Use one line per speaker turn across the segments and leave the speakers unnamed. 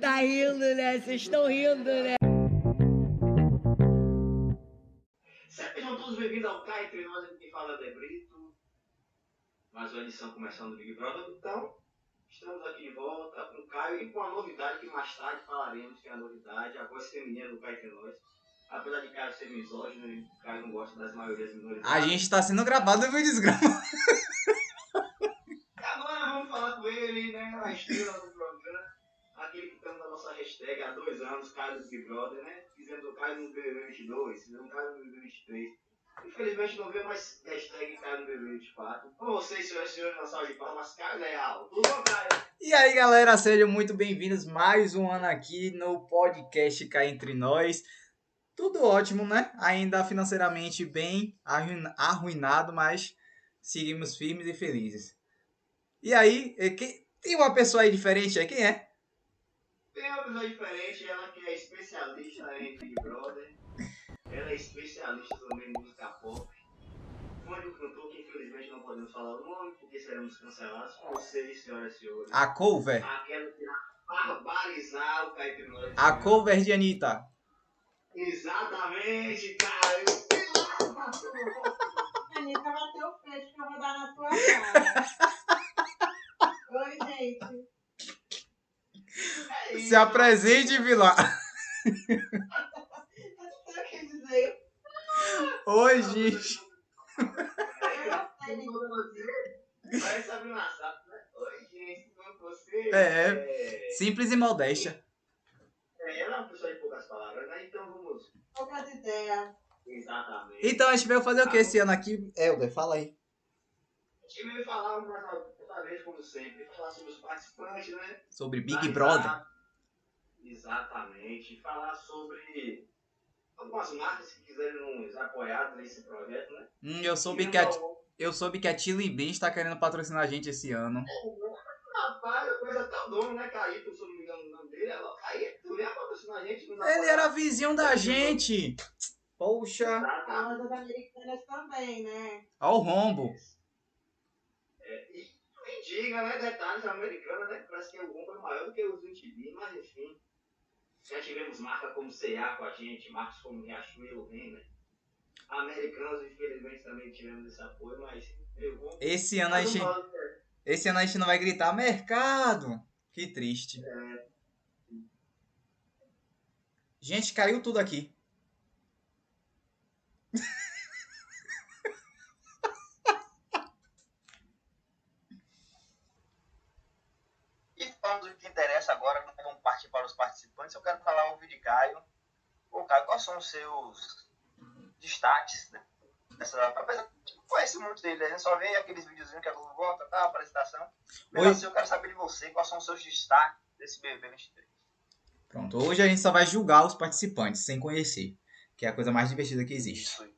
tá rindo, né? Vocês estão rindo, né?
Sejam todos bem-vindos ao Cá Entre Nós, aqui quem fala é Debrito. Mais uma edição começando do Big Brother. Então, estamos aqui de volta com o Caio e com a novidade que mais tarde falaremos, que é a novidade, a voz feminina do Cá Entre Nós. Apesar de Caio ser misógino, e Caio não gosta das maiorias minorizadas.
A gente tá sendo gravado, meu desgraça.
Agora vamos falar com ele, né? A estrela do programa. Aquele que estamos na nossa hashtag há dois anos, Caio do Big Brother, né? Fizemos o Caio no BB22, fizemos o Caio no BB23. Infelizmente não vê mais hashtag Caio no BB24. Com vocês, senhoras e senhores, uma salva de palmas, Caio Leal. Tudo bom, Caio?
E aí, galera, sejam muito bem-vindos mais um ano aqui no podcast Cá Entre Nós. Tudo ótimo, né? Ainda financeiramente bem arruin- arruinado, mas seguimos firmes e felizes. E aí, é que- tem uma pessoa aí diferente aí, quem é?
Tem uma pessoa diferente, ela que é especialista em Big Brother. Ela é especialista também em música pop. Foi um cantor que infelizmente não podemos falar o nome, porque seremos cancelados. Com vocês, senhoras e senhores.
A cover.
Aquela que irá barbarizar o Caetano Veloso.
A cover de Anitta.
Exatamente, cara. Eu-
Anitta bateu o peito que eu vou dar na tua cara. Oi, gente.
É isso.
Se apresente, Vila.
Eu não sei o que dizer.
Oi, gente.
Eu não vou dizer. Parece Sabrina Sato, né? Oi, gente, tudo bom com vocês?
É.
É,
Simples e modesta.
é, Ela é uma pessoa de poucas palavras, né? Então vamos.
Poucas ideias.
Exatamente.
Então, a gente veio fazer o que esse ano aqui? Helder, fala aí.
A gente veio falar mais uma outra vez, como sempre, falar sobre os participantes, né?
Sobre
Dar
Big
risada.
Brother.
Exatamente. Falar sobre algumas marcas que quiserem nos apoiar nesse projeto, né?
Hum, eu soube
E
que a,
não-
eu soube que a Chili Bean está querendo patrocinar a gente esse ano.
Rapaz, coisa até o dono, né? Caíto, se eu não me engano o nome dele. Ela, Caíto, tu ia patrocinar a gente? Não
Ele era vizinho da gente. Poxa,
Exatamente.
Falas das americanas também, né?
ó o rombo.
Me diga, né? Detalhes americanos, né? Parece que o rombo é maior do que os 20 bi, mas enfim. Já tivemos marca como CA com a gente, marcas como Riachuelo, Renner. né? Americanos, infelizmente, também tivemos esse apoio, mas eu vou.
Esse ano
um
a gente, esse ano a gente não vai gritar mercado. Que triste. Gente, caiu tudo aqui.
E falando do que interessa agora, não vamos partir para os participantes, eu quero falar um vídeo de Caio. Ô, Caio, quais são os seus destaques, né? Dessa, apesar de não conhecer muito dele, a gente só vê aqueles videozinhos que a Globo volta, tá? Apresentação. Mas
Oi.
assim, eu quero saber de você, quais são os seus destaques desse BB23.
Pronto, hoje a gente só vai julgar os participantes sem conhecer, que é a coisa mais divertida que existe.
Isso.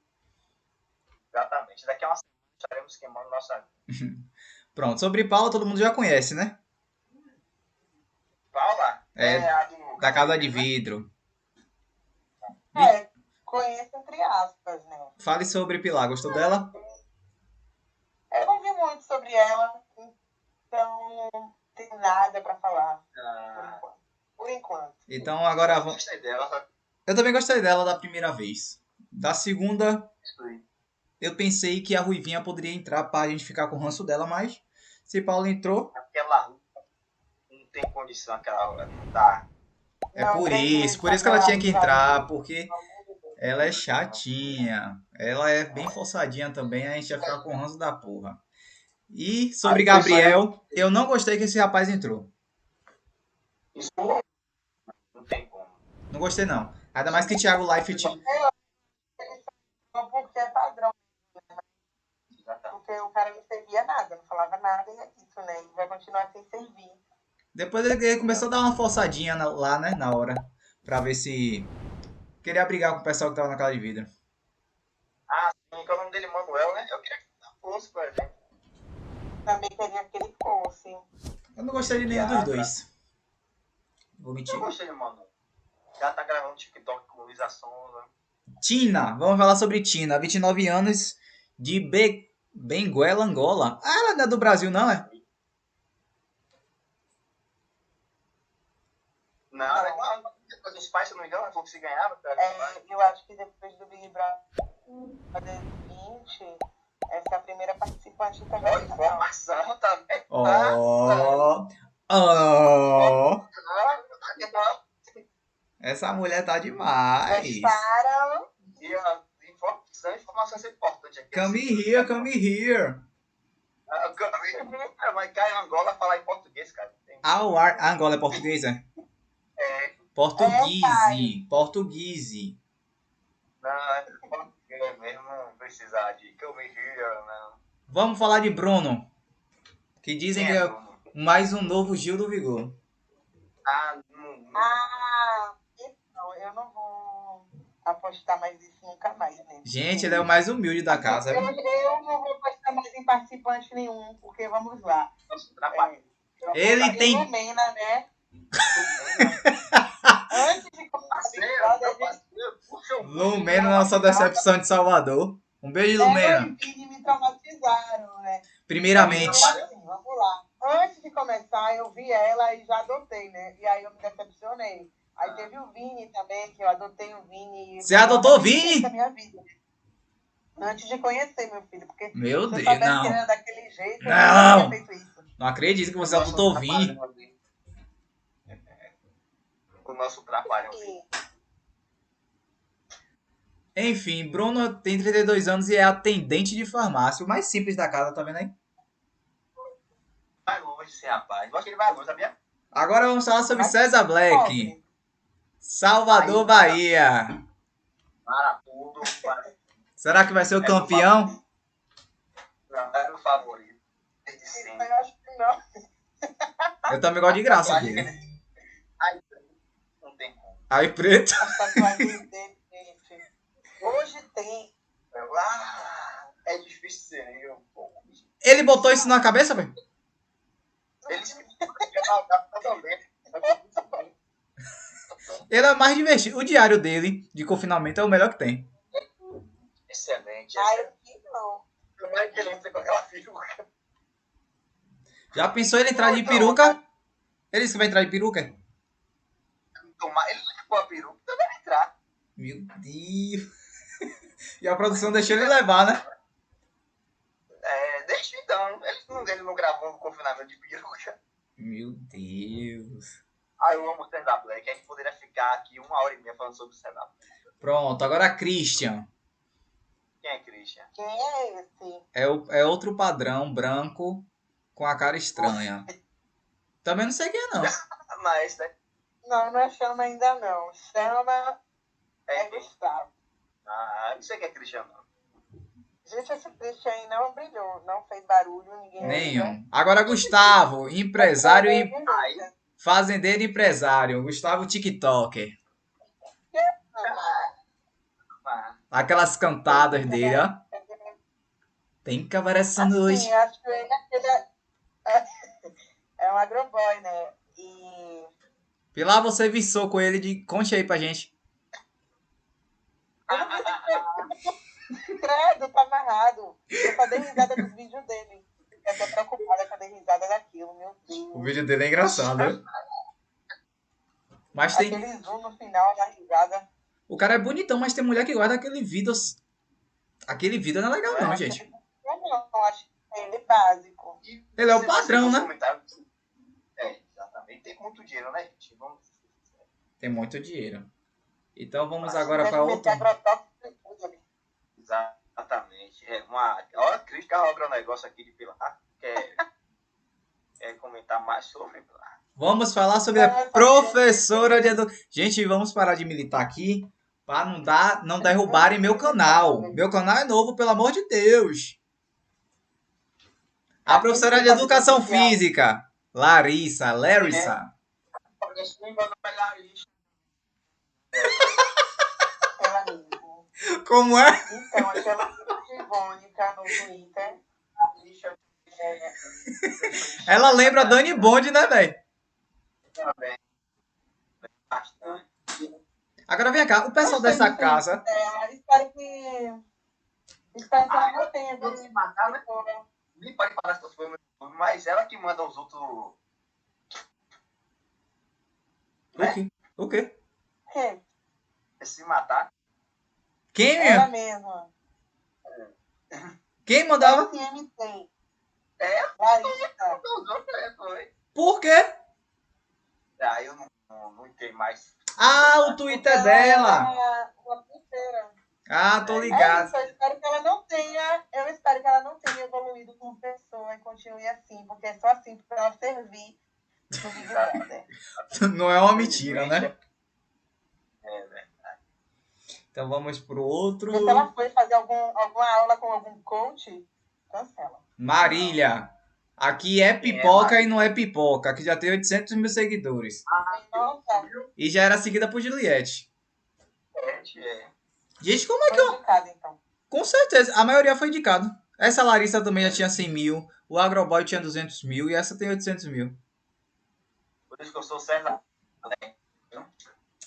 Exatamente. Daqui a uma semana estaremos queimando nossa
Pronto, sobre Paula todo mundo já conhece, né?
Paula.
É,
a do...
Da casa de vidro.
É, conheço entre aspas, né?
Fale sobre Pilar, gostou dela?
Eu não vi muito sobre ela, então não tem nada pra falar por
Ah,
enquanto. Por enquanto.
Então agora vamos
gostei dela, só que
Eu também gostei dela da primeira vez. Da segunda,
isso aí.
eu pensei que a Ruivinha poderia entrar pra gente ficar com o ranço dela, mas se Paulo entrou,
Aquela ruta não tem condição, aquela tá? hora não dá.
é
Não,
por
tem né?
isso.
muito
Por isso que ela
pra
tinha que
falar.
entrar, porque
Pelo amor de Deus.
ela é chatinha. Ela é bem forçadinha também, a gente ia ficar com o ranço da porra. E sobre
Aí foi
Gabriel, eu não gostei que esse rapaz entrou.
Isso não não tem como.
Não gostei, não. Ainda mais que Thiago Leifert.
Não porque é padrão,
Exatamente.
porque o cara não servia nada, não falava nada e é isso, né? E vai continuar sem servir.
Depois ele ele começou a dar uma forçadinha na- lá, né, na hora. Pra ver se. Queria brigar com o pessoal que tava na casa de vidro.
Ah, sim, que é o nome dele, Manuel, né? Eu queria que ele fosse, por exemplo.
Também queria que ele fosse.
Eu não gostei de nenhum dos dois. Vou mentir.
Eu gostei do Manuel. Já tá gravando TikTok com Luísa Sonza.
Tina, vamos falar sobre Tina. 29 anos de Be... Benguela, Angola. Ah, ela não é do Brasil, não, é?
Não, era igual. Depois dos pais, se não me engano, falou que se ganhava.
tá?
Cara.
então, É, eu acho que depois do Big Brother 20, essa é a primeira participante também.
Olha, informação tá também.
Ó. Ó.
Ó,
Essa mulher tá demais.
Gostaram?
E a informação, informação é importante aqui.
Come here, come here.
Ah, come here. Ah, Mas cá em Angola falar em português, cara. Tem-
Ao ar. Ah, Angola é português, é?
É,
Portuguese. Portuguese.
não, é português mesmo, não precisar de come here, não.
Vamos falar de Bruno. Que dizem que
É,
é
não-
mais um novo Gil do Vigor.
Ah, não, não.
Ah, então, eu não vou apostar mais isso nunca mais. Né?
Gente, ele é o mais humilde da casa.
É.
eu, eu não vou apostar mais em participante nenhum, porque vamos lá.
Nossa,
É,
trabalho.
eu vou
Ele
botar
tem-
Lumena, né?
Lumena,
Antes de começar o Big
parceiro,
Brother,
meu
a gente
parceiro, puxa o-
Lumena, nossa decepção de Salvador. Um beijo,
É,
Lumena.
eu vi e me traumatizaram, né?
Primeiramente.
Então, assim, vamos lá. Antes de começar, eu vi ela e já adotei, né? E aí eu me decepcionei. Aí teve o Vini também, que eu adotei o Vini.
Você adotou o Vini?
Da minha vida. Antes de conhecer meu filho, porque
Meu
se eu
Deus,
soubesse
não.
que ele era daquele jeito,
Não.
eu não tinha feito isso.
Não acredito que você
Nossa,
adotou o
um
Vini.
trapalhão ali. O nosso é um trapalhão.
E,
Enfim, Bruno tem 32 anos e é atendente de farmácia. O mais simples da casa, tá vendo aí?
Vai longe esse rapaz. Eu acho que ele vai longe, sabia?
Agora vamos falar sobre César Black.
pobre.
tá.
Salvador, Bahia.
Para tudo, para
Será que vai
É,
ser é o campeão?
era o favorito. Desde sempre.
Eu acho que não.
Eu também gosto de graça
Acho que
dele.
ele- Ai, não tem como.
Aí, preto.
As tatuagens dele, gente. Hoje tem.
Eu- Ah, é difícil ser eu. um pô.
Ele botou isso na cabeça, velho?
Ele se quer maldar totalmente.
Ele é mais divertido. O diário dele de confinamento é o melhor que tem.
Excelente.
Ai,
excelente.
que não.
Eu mais que ele entra com aquela figura.
Já pensou ele entrar de peruca? Ele disse que vai entrar de peruca?
Tomar- Ele não ficou a peruca, então vai entrar.
Meu Deus. E a produção deixou ele levar, né?
É, desde então, ele não, ele não gravou o confinamento de peruca.
Meu Deus.
Ah, eu amo o stand-up Black. A gente poderia ficar aqui uma hora e meia falando sobre o stand-up.
Pronto, agora Christian.
Quem é Christian?
Quem é esse?
É, o- é outro padrão branco com a cara estranha. Também não sei quem é, não.
Ah, Mas, né?
Não, não é chama ainda não. Chama
É,
é Gustavo.
ah, não sei quem é Christian, não.
Gente, esse bicho aí não brilhou, não fez barulho, ninguém. é
Nenhum. Agora Gustavo, empresário
né?
e
Aí,
fazendeiro e empresário. Gustavo TikToker.
ah,
Aquelas cantadas dele, ó. Tem que acabar essa noite.
Sim, Assim, acho que ele, ele é, é um agroboy, né? E
Pilar, você viçou com ele de. Conte aí pra gente.
credo, tá amarrado. Eu só dei risada dos vídeos dele. Eu tô preocupada com a risada daquilo, meu
O
Deus.
vídeo dele é engraçado, né? Mas tem.
Aquele zoom no final da risada.
O cara é bonitão, mas tem mulher que guarda aquele vidro. Aquele vidro não é legal, não, gente.
Eu não, eu acho que ele é básico.
e
Ele é o
se você
padrão,
for
né?
comentar- É, exatamente. Tem muito dinheiro, né, gente? Vamos...
Tem muito dinheiro. Então vamos
Mas
agora pra
Deve meter
outro.
agrotóxico em tudo, né?
Exatamente. É uma... Olha, Cris carrega o agronegócio aqui de Pilar. Quer, quer comentar mais sobre Pilar?
Vamos falar sobre a professora de educação. Gente, vamos parar de militar aqui pra não dar, não derrubarem meu canal. Meu canal é novo, pelo amor de Deus. A professora de educação física, Larissa, Larissa.
Parece um bailarista.
Ela mesmo.
Como é?
Então, eu chamo de Ivônica no Twitter.
Ela lembra a Dani Bond, né, velho?
Bastante.
Agora vem cá, o pessoal dessa casa
É, espero que. Espero que ela não tenha
Vamos
visto
se matar, né?
agora.
Nem pode falar essas coisas, mas ela que manda os outros.
O O quê? O quê?
Quem?
É se matar.
Quem,
Ela
minha?
mesma.
Quem mandava?
SM tem.
É?
Larissa.
Não, não, é, foi.
Por quê?
Ah, eu não, não, não entendi mais.
Ah, o Twitter
Ela era
dela.
Uma, uma pulseira.
Ah, tô
É
ligado.
isso, É eu espero que ela não tenha, eu espero que ela não tenha evoluído como pessoa e continue assim, porque é só assim pra ela servir no Big Brother.
Não é uma mentira, né? É Então vamos pro outro.
Porque se ela foi fazer algum, alguma aula com algum coach, cancela.
Marília. Aqui é pipoca e não é pipoca. Aqui já tem 800 mil seguidores.
Nossa,
E já era seguida por Juliette.
É,
Gente, como é que eu.
foi indicada então.
Com certeza, a maioria foi indicado. Essa Larissa também já tinha 100 mil, o Agroboy tinha 200 mil e essa tem 800 mil.
Por isso que eu sou César.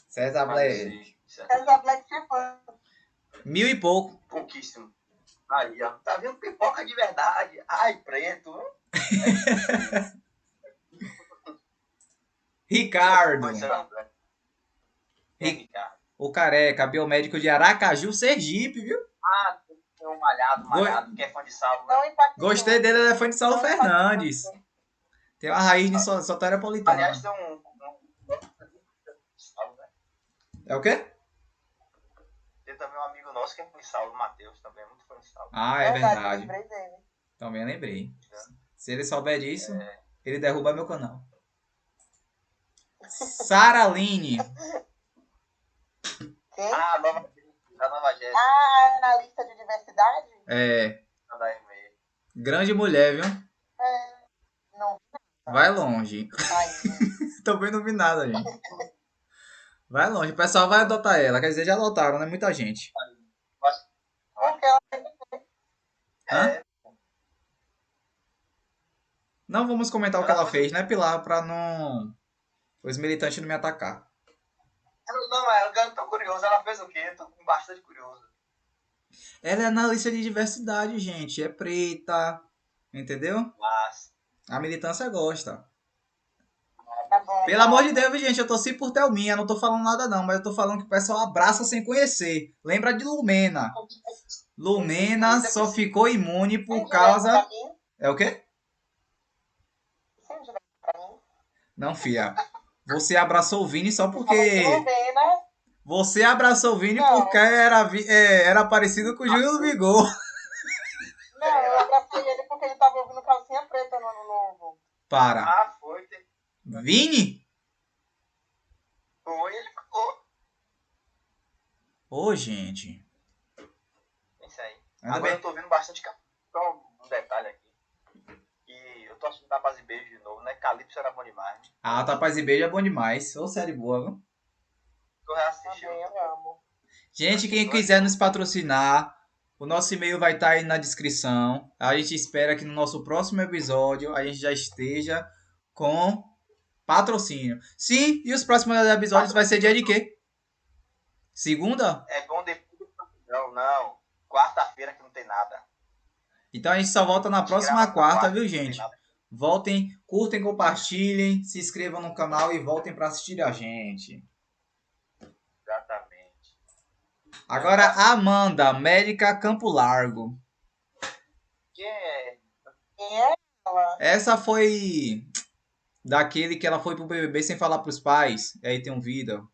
César Blair.
Blair. César
Essa Black já foi.
Mil e pouco.
Pouquíssimo. Aí, ó. Tá vendo pipoca de verdade. Ai, preto.
Ricardo.
Foi César Blair.
Ri-
né? Ricardo.
O careca, biomédico de Aracaju, Sergipe, viu?
Ah, tem um malhado,
Goi-
malhado, que é fã de salvo.
Não impactou. É
Gostei dele, elefante de Saulo
Não impactou.
Fernandes. Tem uma raiz de so- soteropolitana.
Aliás, tem um. um... Saulo, né?
É o quê?
Tem também um amigo nosso que é fã de Saulo, Matheus, também é muito fã de Saulo.
Ah, é verdade.
lembrei dele.
Também lembrei. Se ele souber disso, ele derruba meu canal. Sara Aline.
Quem?
Ah, a nova, a nova Jéssica
Ah, analista de diversidade?
É,
da EME.
grande mulher, viu?
Não.
Vai longe.
Ai, gente.
Também não vi nada, gente. Vai longe, o pessoal vai adotar ela. Quer dizer, já adotaram, né? Muita gente.
porque ela
Hã? Não vamos comentar o que ela fez, né, Pilar? Pra não. Os militantes não me atacar.
Ela- Não, mas eu tô curioso. Ela fez o quê? Eu tô bastante curioso.
Ela é analista de diversidade, gente. É preta. Entendeu?
Mas.
A militância gosta.
tá bom.
Pelo amor de Deus, gente, eu torci por Thelminha. Não tô falando nada, não, mas eu tô falando que o pessoal abraça sem conhecer. Lembra de Lumena. Lumena
é
só ficou imune por
Sem
causa.
direito pra mim,
É o quê?
sem direito pra mim.
Não, fia. Você abraçou o Vini só porque.
Fala tudo bem, né?
Você abraçou o Vini
Não.
porque era, vi- é, era parecido com o Júlio do Vigor.
Não, eu abracei ele porque ele tava ouvindo calcinha preta no ano novo.
Para.
Ah, foi. tem-
Vini?
Foi, ele ficou.
Ô, gente.
É Isso aí.
Ainda
Agora
bem.
eu tô ouvindo bastante. ca- Só um detalhe aqui. E eu tô assistindo a base beijo de novo, né? Calypso era bom demais. Né?
Ah, Tapaz e Beijo é bom demais. Ô, série boa, viu?
Tu reassistiu.
Também Tá eu amo.
Gente, quem quiser nos patrocinar, o nosso e-mail vai estar aí na descrição. A gente espera que no nosso próximo episódio a gente já esteja com patrocínio. Sim, e os próximos episódios vai ser dia de quê? Segunda?
É bom depois. Não, não. Quarta-feira que não tem nada.
Então a gente só volta na próxima
Grava
quarta,
que
viu,
não tem
gente?
nada.
Voltem, curtem, compartilhem, se inscrevam no canal e voltem pra assistir a gente.
Exatamente.
Agora, Amanda, médica Campo Largo.
Que é.
Quem é ela?
Essa foi daquele que ela foi pro BBB sem falar pros pais. E aí tem um vídeo.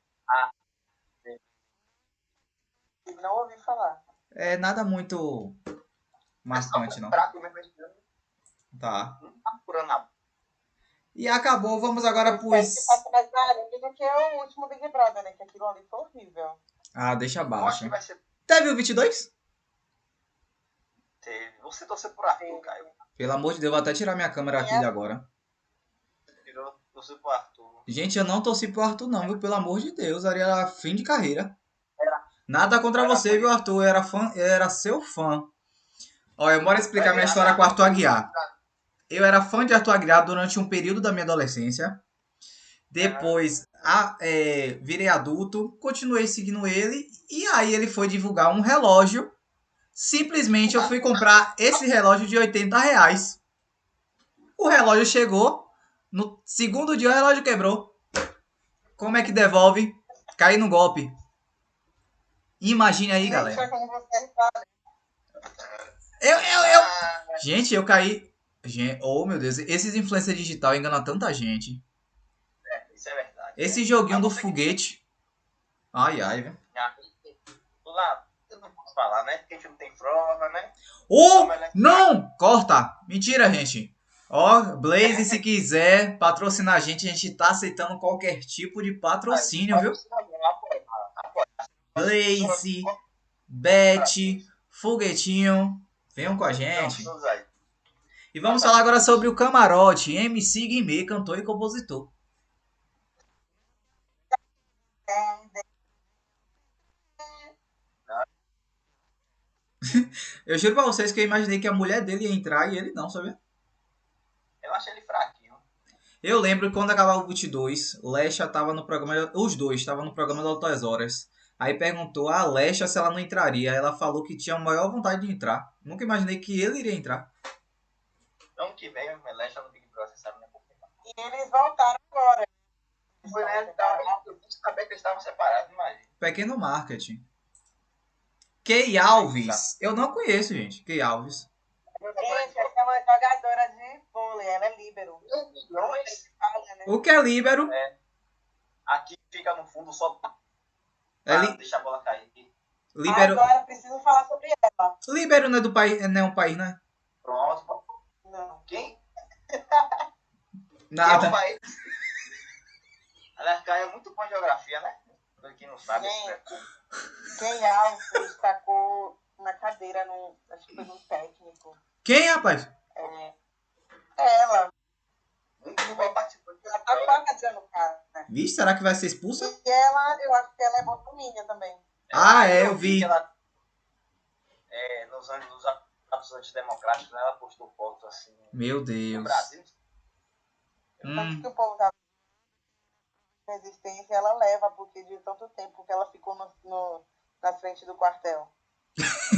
Não ouvi falar.
É nada muito marcante, não.
Fraco mesmo, a gente não
Tá.
tá curando a
E acabou, vamos agora pros...
Pois... Passa mais barulho do que é o último Big Brother, né? Que aquilo ali foi horrível.
Ah, deixa
Eu acho
abaixo.
que vai ser.
Teve o 22?
Teve. Você torceu por Arthur, Caio.
Pelo amor de Deus, vou até tirar minha câmera aqui
É.
de agora.
Tirou, torceu pro Arthur.
Gente, eu não torci pro Arthur, não, viu? Pelo amor de Deus, Ari era fim de carreira. Nada contra
Era
você,
fã.
viu, Arthur? Eu era, fã, eu era seu fã. Ó, eu moro explicar
Vai
minha
virar
história com o
Arthur.
Arthur Aguiar. Eu era fã de Arthur Aguiar durante um período da minha adolescência. Depois a- é, virei adulto, continuei seguindo ele. E aí ele foi divulgar um relógio. Simplesmente eu fui comprar esse relógio de 80 reais. O relógio chegou. No segundo dia o relógio quebrou. Como é que devolve? Cair no golpe. Imagine aí, galera.
Deixa como você fala.
Eu, eu, eu.
Ah,
Gente, eu caí. Gente, oh meu Deus, esses influencers digital enganam tanta gente.
Isso é verdade.
Esse
né?
joguinho do
Mas você
foguete. Ai, ai, velho.
que ganha aqui, Lá, eu não posso falar, né? Porque a gente não tem prova, né?
Oh,
Mas, né?
não! Corta! Mentira, gente. Ó, Blaze, se quiser patrocinar a gente, a gente tá aceitando qualquer tipo de patrocínio, viu?
Apoio, apoio.
Blaze, Bet, Foguetinho, venham com a gente.
Todos aí.
E vamos falar agora sobre o Camarote, MC Guimê, cantor e compositor. Eu juro pra vocês que eu imaginei que a mulher dele ia entrar e ele não, sabe?
Eu achei ele fraquinho.
Eu lembro quando acabava o Boot 2, Lesha tava no programa. Os dois estavam no programa de Altas Horas. Aí perguntou a Lesha se ela não entraria. Aí Ela falou que tinha a maior vontade de entrar. Nunca imaginei que ele iria entrar.
Ano Então, que vem, o Melé no Big Brother, sabe? Né? Porque
E eles voltaram agora.
Foi, né? Eu tava- eu quis saber que eles estavam separados, imagina.
Pequeno marketing. Key Alves. Eu não conheço, gente. Key Alves.
Gente, essa é uma jogadora de vôlei, ela é líbero.
Milhões.
Fala, né?
O que é líbero
Aqui fica no fundo, só pá,
é li-
deixa a bola cair.
líbero.
Agora preciso falar sobre ela.
Líbero não é do país, não é um país, né?
Pronto. pô.
Não.
Quem? Quem é o
Nada.
país? Aliás, Caio é muito bom em geografia, né? Pra quem não sabe, é esse
Gente.
treco.
Quem é Alves tacou na cadeira, num, acho que foi num técnico.
Quem, rapaz?
É, ela,
muito bom participante.
ela tacou a cadeira no cara. Né?
Vixe, será que vai ser expulsa?
E ela, eu acho que ela é botominha também.
Ah, é, eu vi.
que Ela, é, nos anos dos atos antidemocráticos, né, ela postou foto assim
Meu
no
Deus.
Brasil.
Hum.
Tanto que o povo tava na resistência, ela leva, porque de tanto tempo que ela ficou no, no- na frente do quartel.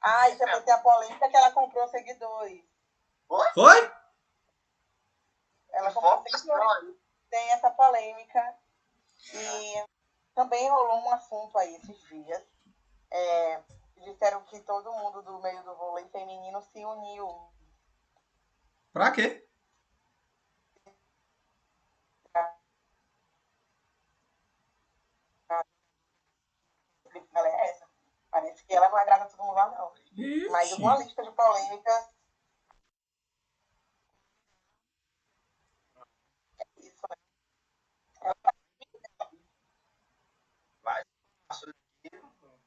Ai, também tem a polêmica que ela comprou seguidores.
Foi?
Ela
Que
comprou
foto
seguidores.
estranha.
tem essa polêmica. E também rolou um assunto aí esses dias. É, disseram que todo mundo do meio do vôlei feminino se uniu
Pra quê?
Ela é essa. Parece que ela não agrada todo mundo lá, não. Mas
Ixi.
uma lista de polêmicas. É isso, né?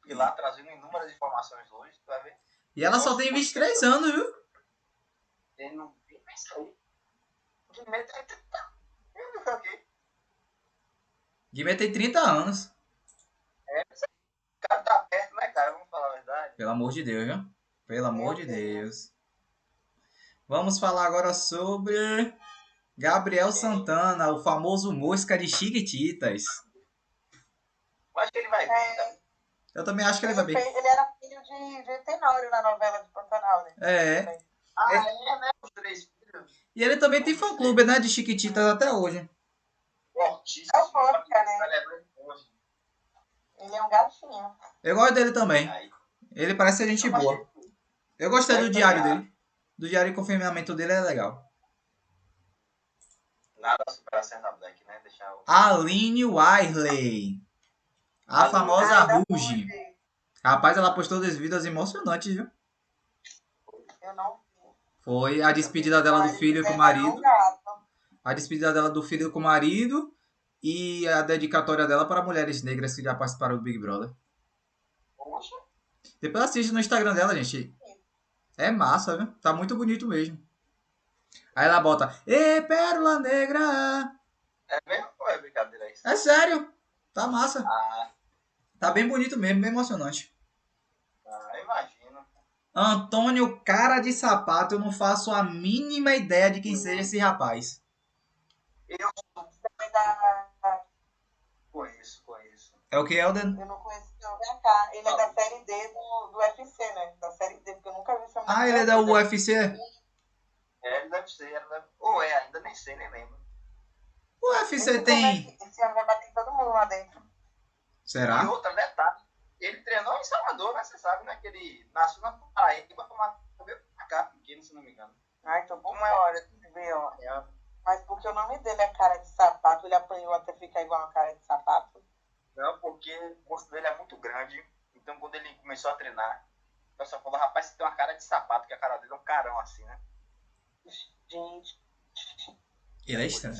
E lá trazendo inúmeras informações hoje, tu vai ver.
E ela só tem 23 anos, viu?
Ele não vi mais sair. Que medo é que tá. Eu não sei o quê.
Guimê tem 30 anos.
O cara tá perto, né, cara? Vamos falar a verdade.
Pelo amor de Deus, viu? Pelo amor de
Meu
Deus. Vamos falar agora sobre Gabriel Santana, o famoso mosca de Chiquititas.
Eu acho que ele
É.
vai vir, tá?
Eu também acho que ele vai
Ele,
bem.
fez- ele era filho de, de Tenório na novela de Pantanal, né?
É.
Ah, é, né? Os três filhos.
E ele também tem fã clube, né? De Chiquititas até hoje.
Fortíssimo.
É o Fosca, né?
Vai levar ele longe.
Ele é um gatinho.
Eu gosto dele também.
Aí,
Ele parece ser gente
eu acho
boa.
que-
Eu gostei do
Vai
diário
pegar.
dele. Do diário de confinamento dele é legal.
Nada supera a Santa Black, né? Deixar o.
Aline Wiley. A
Aline.
famosa
Ainda
Ruge.
hoje,
Rapaz, ela postou dois vídeos emocionantes, viu?
Eu não vi.
Foi a despedida dela do
Mas
filho com o
era
marido.
um gato.
A despedida dela do filho com o marido. E a dedicatória dela para mulheres negras que já participaram do Big Brother.
Poxa,
Depois assiste no Instagram dela, gente. É massa, viu? Tá muito bonito mesmo. Aí ela bota, Ê, Pérola Negra!
é mesmo ou é brincadeira isso?
É sério! Tá massa.
Ah,
Tá bem bonito mesmo, bem emocionante.
ah, eu imagino.
Antônio Cara de Sapato, eu não faço a mínima ideia de quem seja esse rapaz.
Foi da-
Conheço, conheço.
É o que, Elden?
Eu não conheço não, vem cá. Ele é da série D do, do UFC, né? Da série D, porque eu nunca vi essa
Ah,
mulher.
ele é da UFC?
É, ele deve ser, ele deve... ou é ainda, nem sei, nem lembro.
O UFC você tem.
Esse ano vai bater em todo mundo lá dentro.
E
Será?
outra detalhe, ele treinou em Salvador, né? Você sabe, né? Que ele nasceu na Paraíba, mas veio pra cá, pequeno, se não me engano.
Ai, tô bom, é hora de ver, ó.
É a
Mas porque o nome dele é cara de sapato, ele apanhou até ficar igual uma cara de sapato.
Não, porque o rosto dele é muito grande. Então, quando ele começou a treinar, o pessoal falou: rapaz, você tem uma cara de sapato, que a cara dele é um carão assim, né?
Gente,
Ele é estranho.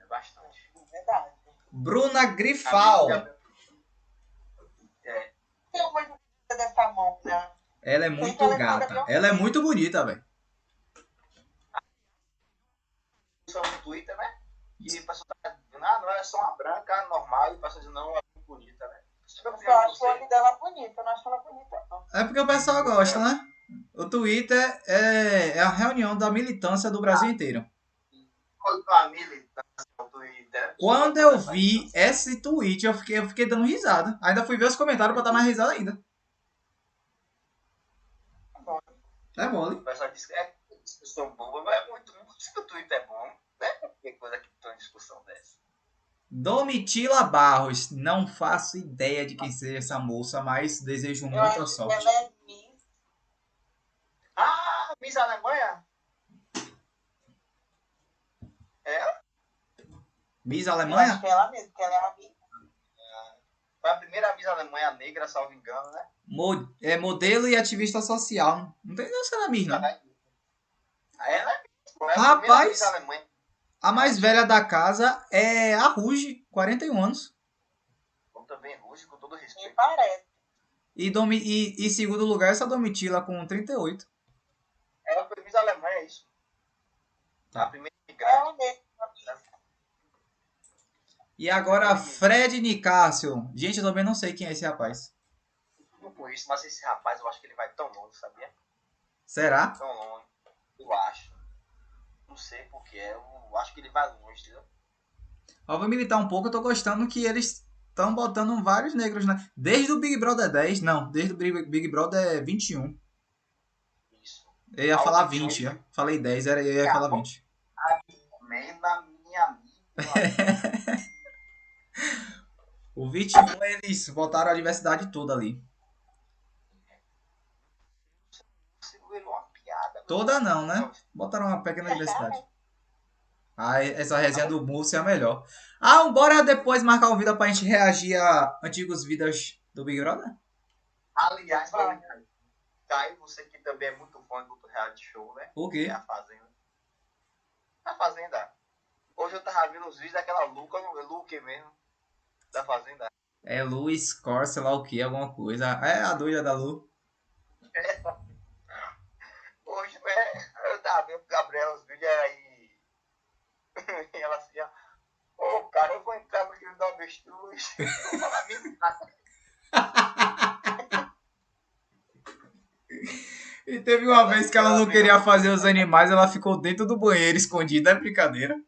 É bastante.
de verdade.
Bruna Grifal.
Amiga,
Tem uma coisa dessa mão, né?
Ela é muito gata. Ela é muito bonita, velho.
Só no Twitter, né? E o pessoal tá dizendo: ah, não, ela é só uma branca normal. E o pessoal dizendo: não, ela é muito bonita, né? Isso é
Eu
uma
só
opinião de
acho o
vocês.
olho dela bonito, eu não acho ela bonita, não.
É porque o pessoal gosta, né? O Twitter é, é a reunião da militância do Brasil
Tá.
inteiro.
Quando a militância no Twitter.
Quando eu vi esse tweet, eu fiquei, eu fiquei dando risada. Ainda fui ver os comentários pra dar mais risada ainda. É mole.
O pessoal disse que é discussão boba, mas é muito. Não sei se o Twitter é bom, né? Que coisa que tem uma discussão dessa.
Domitila Barros. Não faço ideia de quem seja essa moça, mas desejo
Eu
muita
acho que
sorte.
ela é Miss.
Ah, Miss Alemanha?
Miss
Eu
Alemanha?
acho que é ela mesmo, que ela é a Miss.
Foi a primeira Miss Alemanha negra, salvo engano, né?
Mo- é modelo e ativista social. Não tem não será Miss, não.
Aí é ela é Miss, pô, é a
Rapaz!
primeira Miss Alemanha.
A mais velha da casa é a Ruge, 41 anos.
Como também ruge, com todo
Me
respeito.
parece.
E, domi e, e segundo lugar, essa Domitila com 38.
Ela foi Miss Alemanha, é isso.
Tá.
A primeira
É
imigrante.
ela mesmo.
E agora, Fred Nicásio. Gente, eu também não sei quem é esse rapaz.
Não conheço, mas esse rapaz eu acho que ele vai tão longe, sabia?
Será?
Tão longe. Eu acho. Não sei porque é, eu acho que ele vai longe, entendeu?
Ó, vou militar um pouco, eu tô gostando que eles estão botando vários negros, né? Desde o Big Brother 10, não, desde o Big Big Brother 21.
Isso.
Eu ia
Ah, o
falar
21.
20, eu falei 10, era, eu ia falar 20.
Mena, minha amiga.
O 21, eles botaram a diversidade toda ali.
Segurou uma piada.
Toda não, né? Botaram uma pequena diversidade. Ah, essa resenha do Múcio é a melhor. Ah, bora depois marcar um vídeo pra gente reagir a antigos vídeos do Big Brother?
Aliás,
Vai.
Caio, Caio, você que também é muito fã do reality show, né?
O
É
quê?
a Fazenda. É A Fazenda. Hoje eu tava vendo os vídeos daquela Luca, Luke mesmo. Da Fazenda.
É Lu Score, sei lá o que, alguma coisa. É a doida da Lu.
Hoje é, eu tava vendo o Gabriel os vídeos aí. E ela assim, ó. Ô, cara, eu vou entrar no filme da Avestruz. Vou falar minha casa.
E teve uma vez que ela não queria fazer os animais, ela ficou dentro do banheiro escondida. É brincadeira.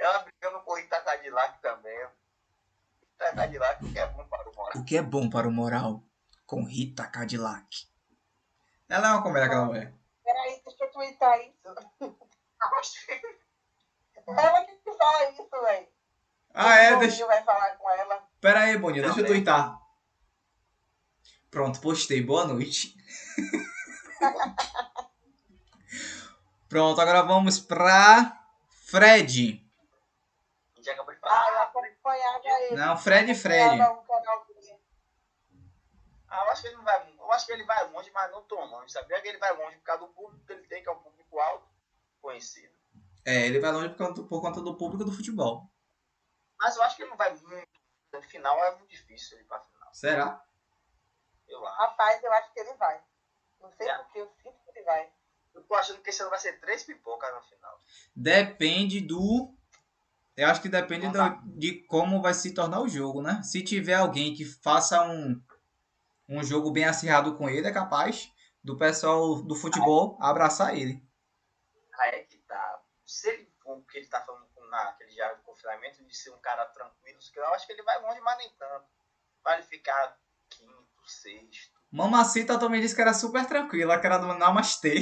Ela brigando com o Rita Cadillac também. Rita Cadillac que é bom para o moral.
O que é bom para o moral? Com Rita Cadillac. Ela é uma comédia, aquela mulher.
Peraí, deixa eu twittar isso.
Oxi.
Ela que fala isso, velho.
Ah, é? Deixa...
vai falar com ela.
Pera aí, Boninho, deixa eu
Também.
tuitar. Pronto, postei. Boa noite. Pronto, agora vamos pra Fred.
Já acabou de
Ah, eu
falar.
acompanhava ele.
Não, Fred, Fred.
Acompanhava o é um canal dele.
Ah, eu acho que ele não vai. Eu acho que ele vai longe, mas não tão longe. Sabia que ele vai longe por causa do público que ele tem, que é um público alto, conhecido.
É, ele vai longe por conta, por conta do público do futebol.
Mas eu acho que ele não vai muito. No final é muito difícil ele ir pra final.
Será?
Eu acho.
Rapaz, eu acho que ele vai. Não sei
É.
porque, eu sinto que ele vai.
Eu tô achando que esse ano vai ser três pipocas no final.
Depende do. Eu acho que depende do- de como vai se tornar o jogo, né? Se tiver alguém que faça um, um jogo bem acirrado com ele, é capaz do pessoal do futebol abraçar ele.
Aí é que tá. Se ele for, porque ele tá falando com naquele diário de confinamento, de ser um cara tranquilo, sei lá, eu acho que ele vai longe, mas nem tanto. Vai ele ficar quinto, sexto.
Mamacita também disse que era super tranquila, que era do Namastê.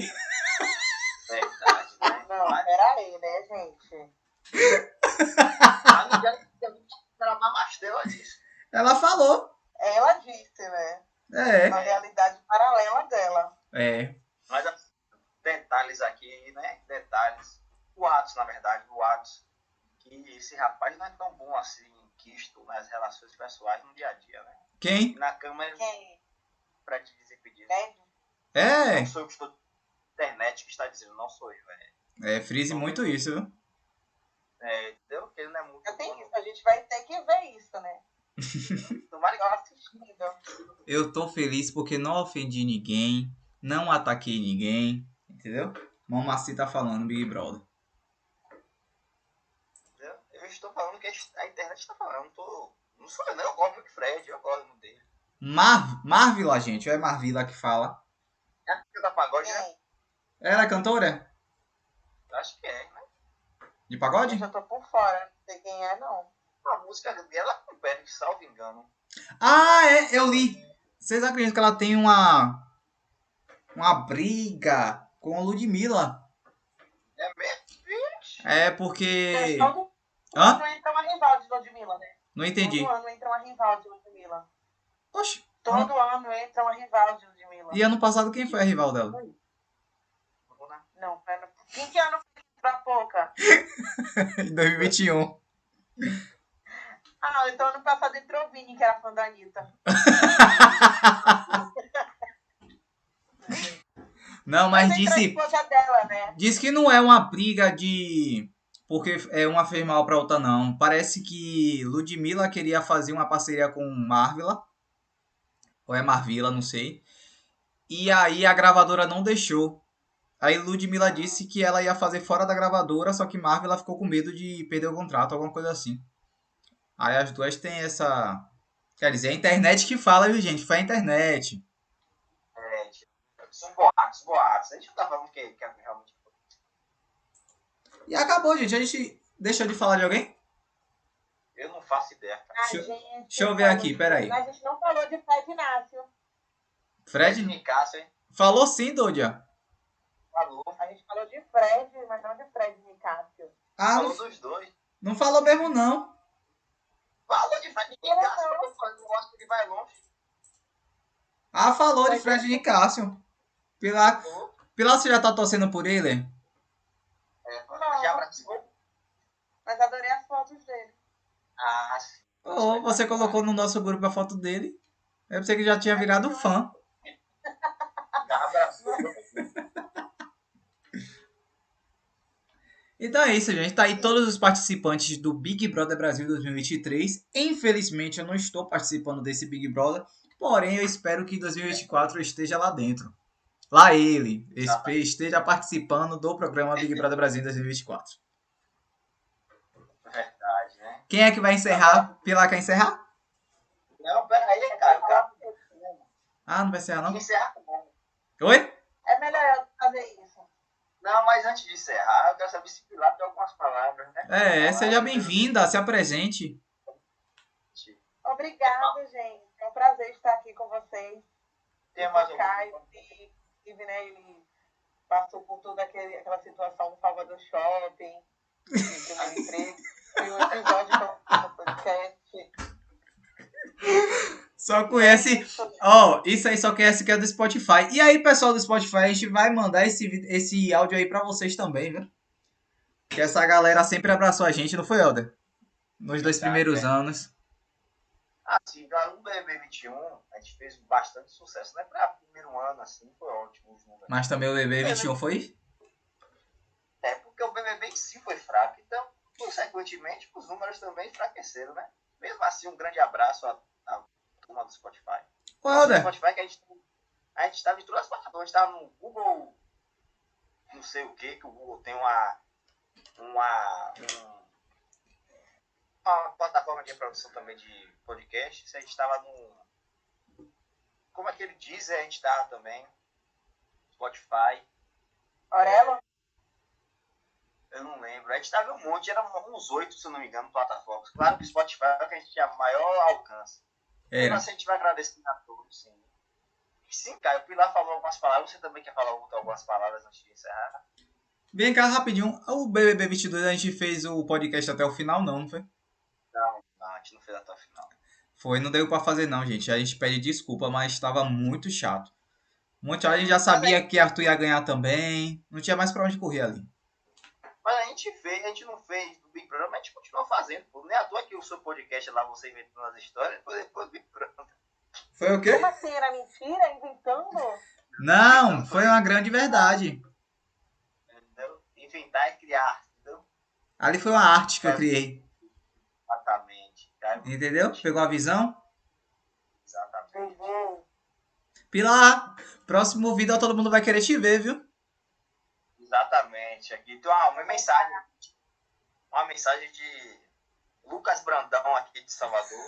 Verdade, né?
Não, peraí, né, gente?
Lá no diário que eu era mamasteu, ela disse.
Ela falou.
Ela disse, né?
É.
Na realidade paralela dela.
É.
Mas assim, detalhes aqui, né? Detalhes. O Atos, na verdade, o Atos. Que esse rapaz não é tão bom assim, quisto, nas relações pessoais no dia a dia, né? E
Quem?
na cama ele
Quem,
pra te desimpedir.
né?
É.
Não sou eu que estou internet que está dizendo, não sou eu, velho.
É, frise muito isso, viu?
É, entendeu? Porque ele não é muito
Eu tenho
bom.
isso, a gente vai ter que ver isso, né?
não. Tomara que
Igual assistindo.
Eu tô feliz porque não ofendi ninguém, não ataquei ninguém, entendeu? Mamaci tá falando, Big Brother.
Entendeu? Eu estou falando o que a internet está falando. Não, tô... não sou eu, não. Eu gosto do Fred, eu gosto dele.
Mar Marvila, gente, ou é Marvila que fala?
É a filha da pagode, né?
Quem?
Ela é cantora?
Eu Acho que é, né?
De pagode?
Eu já tô por fora, não sei quem é, não.
A música é dela com o Pérez, um salvo engano.
Ah, é, eu li. Vocês acreditam que ela tem uma. Uma briga com a Ludmilla?
É mesmo? Vixe.
É porque.
Todo
Hã?
ano entra uma rival de Ludmilla, né?
Não entendi.
Todo ano entra uma rival de Ludmilla.
Oxe.
Todo ano entra uma rival de Ludmilla.
E ano passado quem foi a rival dela?
Não vou na-
Não, pera. Em que ano foi pra pouca?
Em 2021.
Ah, não, então ano passado entrou o Vini, que era fã da Anitta.
Não, mas
entra
disse.
a esposa dela, né?
Diz que não é uma briga de. Porque é uma fez mal pra outra, não. Parece que Ludmilla queria fazer uma parceria com Marvila. Ou é Marvila, não sei. E aí a gravadora não deixou. Aí Ludmilla disse que ela ia fazer fora da gravadora, só que Marvila ficou com medo de perder o contrato, alguma coisa assim. Aí as duas têm essa. Quer dizer, é a internet que fala, viu, gente? Foi a internet.
É, gente. São boatos, boatos. A gente não tá falando que, que realmente foi.
E acabou, gente. A gente deixou de falar de alguém?
Eu não faço ideia, cara.
A
Deixa eu-
gente
deixa eu ver
falou
aqui,
de-
peraí.
A gente não falou de Fred Inácio.
Fred?
Nicasso, hein?
Falou sim, Dodia.
Falou.
A gente falou de Fred, mas não de Fred Nicásio.
Ah,
Falou
não,
dos dois.
não falou mesmo, não.
Falou de Fred
é
Nicasso. Eu acho que ele vai longe.
Ah, falou de Fred de Cássio. Pilar,
Falou.
Pilar, você já tá torcendo por ele?
É,
Não.
já abraçou.
Mas adorei as fotos dele.
Ah, sim.
Ou você colocou no nosso grupo a foto dele? Eu pensei que já tinha virado fã.
Já abraçou.
Então é isso, gente. Tá aí todos os participantes do Big Brother Brasil 2023. Infelizmente, eu não estou participando desse Big Brother. Porém, eu espero que 2024 eu esteja lá dentro. Lá ele espe- esteja participando do programa Big Brother Brasil 2024.
Verdade, né?
Quem é que vai encerrar? Pilar quer encerrar?
Não, peraí, cara. O cara
Ah, não vai encerrar,
tem que
não?
encerrar não.
Oi?
É melhor eu fazer isso.
Não, mas antes de encerrar, eu quero saber se Pilar tem algumas palavras, né?
É,
Palavras.
seja bem-vinda, se apresente.
Obrigada, gente. É um prazer estar aqui com vocês.
Tem mais
o
algum?
Caio e Steve, né? Ele passou por toda aquele- aquela situação no Salvador Shopping, no primeiro emprego. Foi um episódio que eu fiz no podcast.
Só conhece. Ó, isso aí só conhece que é do Spotify. E aí, pessoal do Spotify, a gente vai mandar esse, vi- esse áudio aí pra vocês também, viu? Que essa galera sempre abraçou a gente, não foi, Helder? Nos dois
Verdade,
primeiros
é.
anos.
Assim, pra um BB21, a gente fez bastante sucesso, né? Pra primeiro ano, assim, foi ótimo os números.
Mas também o BB
né?
21 foi?
É porque o BBB em si foi fraco, então, consequentemente, os números também enfraqueceram, né? Mesmo assim, um grande abraço à, à turma do Spotify.
Ô,
No
Helder,
Spotify que a gente, a gente estava em todas as plataformas. A gente estava no Google, não sei o que, que o Google tem uma. Uma. um- uma plataforma de produção também de podcast. Se a gente estava no. Como é aquele Deezer a gente estava também. Spotify.
Aurelo?
Eu não lembro. A gente estava um monte, eram uns oito, se eu não me engano, plataformas. Claro que o Spotify é o que a gente tinha maior alcance.
era.
Mas a gente vai agradecer a todos, sim. Sim, Caio, o Pilar falou algumas palavras. Você também quer falar algumas palavras antes de encerrar?
Vem cá rapidinho. O BBB 22 a gente fez o podcast até o final, não, não foi?
Não, não, a gente não fez até o final.
Foi, não deu pra fazer não, gente. A gente pede desculpa, mas estava muito chato. Muito chato. A gente já sabia que Arthur ia ganhar também. Não tinha mais pra onde correr ali.
Mas a gente fez, a gente não fez do Big Brother, mas a gente continua fazendo. Pô. Nem à toa que o seu podcast lá, você inventando as histórias, foi depois do Big Brother.
Foi o quê?
Como assim? Era mentira? Inventando?
Não, foi uma grande verdade.
Entendeu? Inventar e criar, entendeu?
Ali foi uma arte que eu criei.
Exatamente. cara.
Entendeu? Pegou a visão?
Exatamente.
Entendi.
Pilar, próximo vídeo todo mundo vai querer te ver, viu?
Exatamente. Aqui tem uma, uma mensagem. Uma mensagem de Lucas Brandão aqui de Salvador.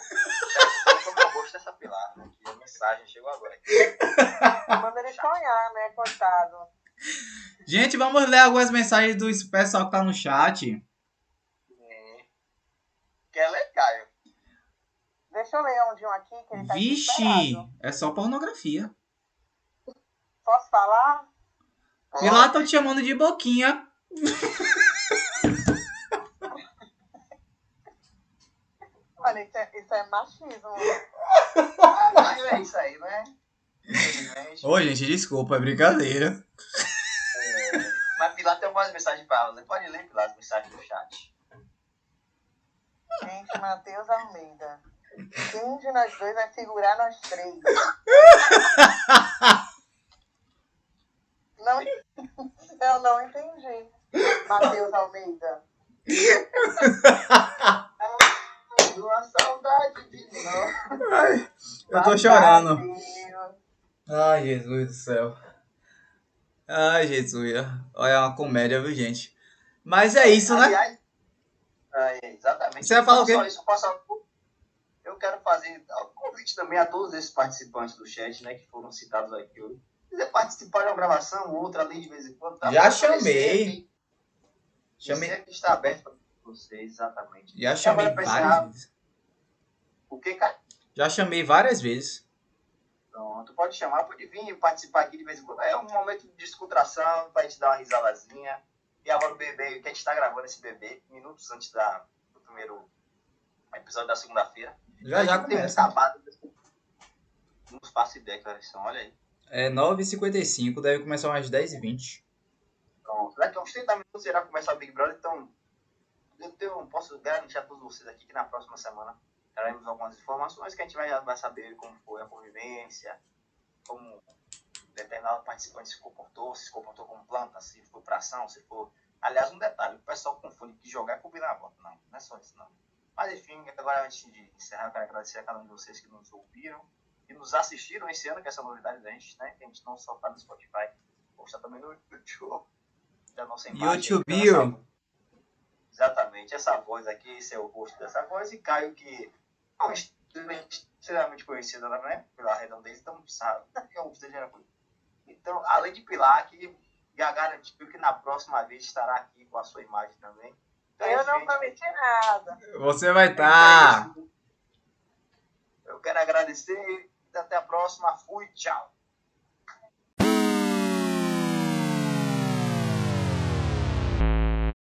Cara, como eu gosto dessa pilar, né? Que a mensagem chegou agora aqui.
Manda ele sonhar, né? Coitado.
Gente, vamos ler algumas mensagens do pessoal que tá no chat.
Que é legal.
Deixa eu ler um de um aqui que ele tá
Vixe,
desesperado.
é só pornografia.
Posso falar?
Pilar, tô te chamando de boquinha.
Olha, isso é, isso é machismo.
Ah, mas é isso aí, né? Infelizmente.
Ô, gente, desculpa, é brincadeira.
Mas Pilar tem algumas mensagens pra ela. né? Pode ler, Pilar, as mensagens do chat.
Gente, Matheus Almeida. Quem de nós dois vai segurar nós três? Não, eu não entendi. Matheus Almeida.
Uma saudade de não.
Eu tô chorando.
Tadinho.
Ai, Jesus do céu. Ai, Jesus. Olha, é uma comédia, viu, gente? Mas é isso, né?
Aliás, ah, é, exatamente.
Você ia falar
Não
o quê?
só isso, eu posso- Eu quero fazer um convite também a todos esses participantes do chat, né, que foram citados aqui hoje. Se quiser participar de uma gravação ou outra ali de vez em quando, tá?
Já
Mas
chamei.
esse aqui-
Chamei-
Esse aqui está aberto para vocês, exatamente.
Já chamei
Agora pra
várias
encerrar.
vezes.
O que, cara?
Já chamei várias vezes.
Pronto, pode chamar, pode vir participar aqui de vez em quando. É um momento de descontração pra gente dar uma risadazinha. E agora o bebê, que a gente tá gravando esse bebê, minutos antes da, do primeiro episódio da segunda-feira.
Já já
Tem um
começa.
sabado. Não faço ideia que horas são, olha aí.
É 9h55, deve começar umas 10h20.
Pronto, daqui a uns 30 minutos irá começar o Big Brother, então eu tenho, posso garantir a todos vocês aqui que na próxima semana traremos algumas informações que a gente vai, vai saber como foi a convivência, como determinado participante se comportou, se comportou como planta, se foi pra ação, se for. Aliás, um detalhe, o pessoal confunde que jogar é combinar a volta. Não, não é só isso não. Mas enfim, agora antes de encerrar, eu quero agradecer a cada um de vocês que nos ouviram e nos assistiram esse ano, que é essa novidade da gente, né? Que a gente não só tá no Spotify, como está também no YouTube da nossa imagem.
YouTube.
Essa- Exatamente, essa voz aqui, esse é o rosto dessa voz, e Caio que é um estudante extremamente conhecido né, pela redondeza, então sabe, é um estudante era conhecido. Então, além de Pilar, que já garantiu que na próxima vez estará aqui com a sua imagem também. Então,
Eu não
gente,
prometi nada.
Você vai tá. estar.
Eu quero agradecer, até a próxima, fui, tchau.